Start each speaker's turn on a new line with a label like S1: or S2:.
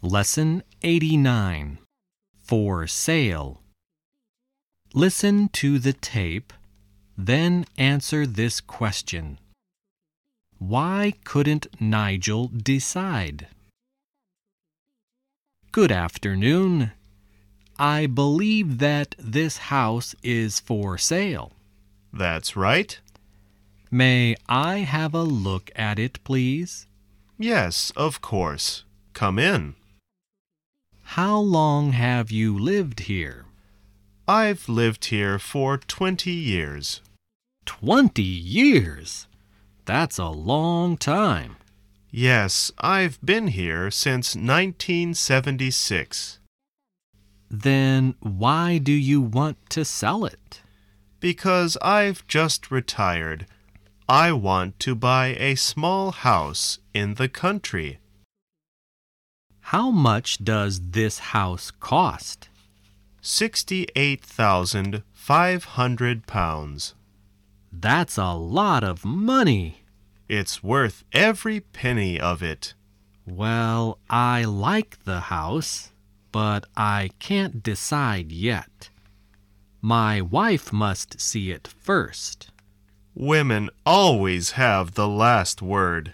S1: Lesson 89 For Sale. Listen to the tape, then answer this question Why couldn't Nigel decide? Good afternoon. I believe that this house is for sale.
S2: That's right.
S1: May I have a look at it, please?
S2: Yes, of course. Come in.
S1: How long have you lived here?
S2: I've lived here for 20 years.
S1: Twenty years! That's a long time.
S2: Yes, I've been here since 1976
S1: Then why do you want to sell it?
S2: because I've just retired. I want to buy a small house in the country.
S1: How much does this house cost?
S2: 68,500 pounds.
S1: That's a lot of money.
S2: It's worth every penny of it.
S1: Well, I like the house, but I can't decide yet. My wife must see it first.
S2: Women always have the last word.